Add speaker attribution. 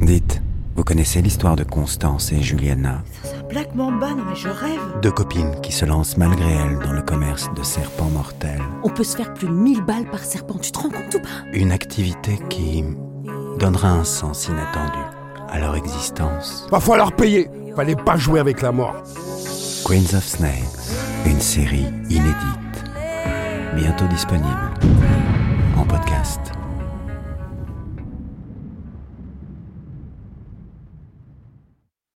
Speaker 1: Dites, vous connaissez l'histoire de Constance et Juliana,
Speaker 2: C'est un Black Mamba, non mais je rêve.
Speaker 1: deux copines qui se lancent malgré elles dans le commerce de serpents mortels.
Speaker 3: On peut se faire plus de 1000 balles par serpent, tu te rends compte ou pas
Speaker 1: Une activité qui donnera un sens inattendu à leur existence.
Speaker 4: Va falloir payer. Fallait pas jouer avec la mort.
Speaker 1: Queens of Snakes, une série inédite, bientôt disponible en podcast.